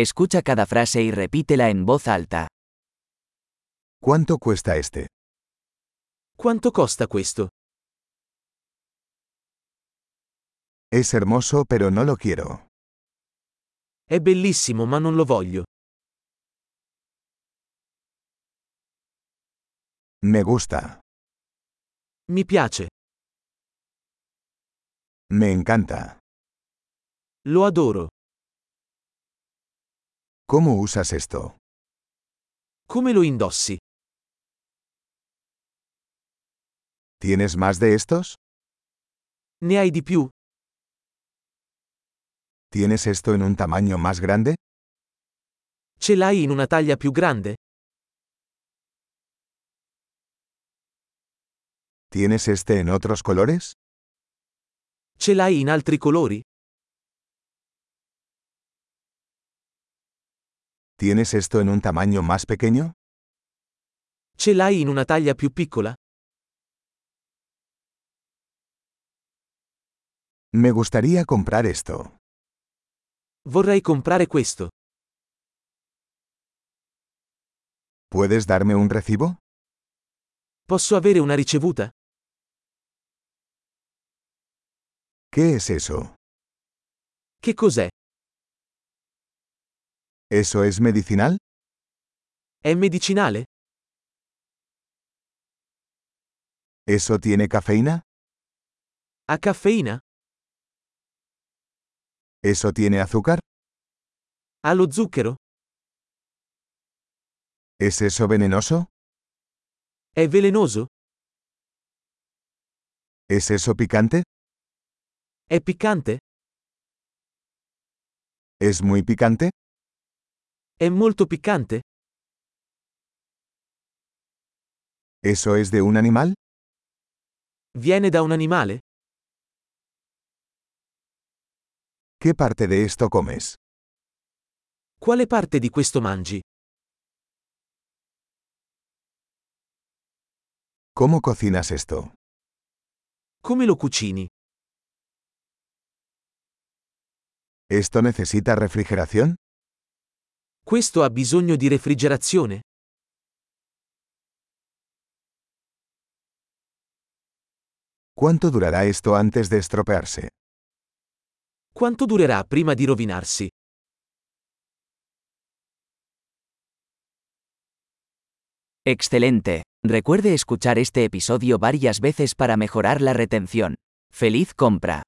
Escucha cada frase y repítela en voz alta. ¿Cuánto cuesta este? Quanto costa questo? Es hermoso pero no lo quiero. È bellissimo ma non lo voglio. Me gusta. Mi piace. Me encanta. Lo adoro. ¿Cómo usas esto? Come lo indossi? ¿Tienes más de estos? Ne hai di più? ¿Tienes esto en un tamaño más grande? Ce l'hai in una taglia più grande? ¿Tienes este en otros colores? Ce l'hai in altri colori? ¿Tienes esto en un tamaño más pequeño? Ce l'hai in una taglia più piccola? Me gustaría comprar esto. Vorrei comprare questo. ¿Puedes darme un recibo? Posso avere una ricevuta? ¿Qué es eso? Che cos'è? ¿Eso es medicinal? È medicinale? ¿Eso tiene cafeína? Ha caffeina? ¿Eso tiene azúcar? Ha lo zucchero? ¿Es eso venenoso? È velenoso? ¿Es eso picante? È piccante? ¿Es muy picante? È molto piccante? ¿Eso es de un animal? Viene da un animale? ¿Qué parte de esto comes? Quale parte di questo mangi? ¿Cómo cocinas esto? Come lo cucini? ¿Esto necesita refrigeración? Questo ha bisogno di refrigerazione? ¿Cuánto durará esto antes de estropearse? Quanto durerà prima di rovinarsi? Excelente. Recuerde escuchar este episodio varias veces para mejorar la retención. ¡Feliz compra!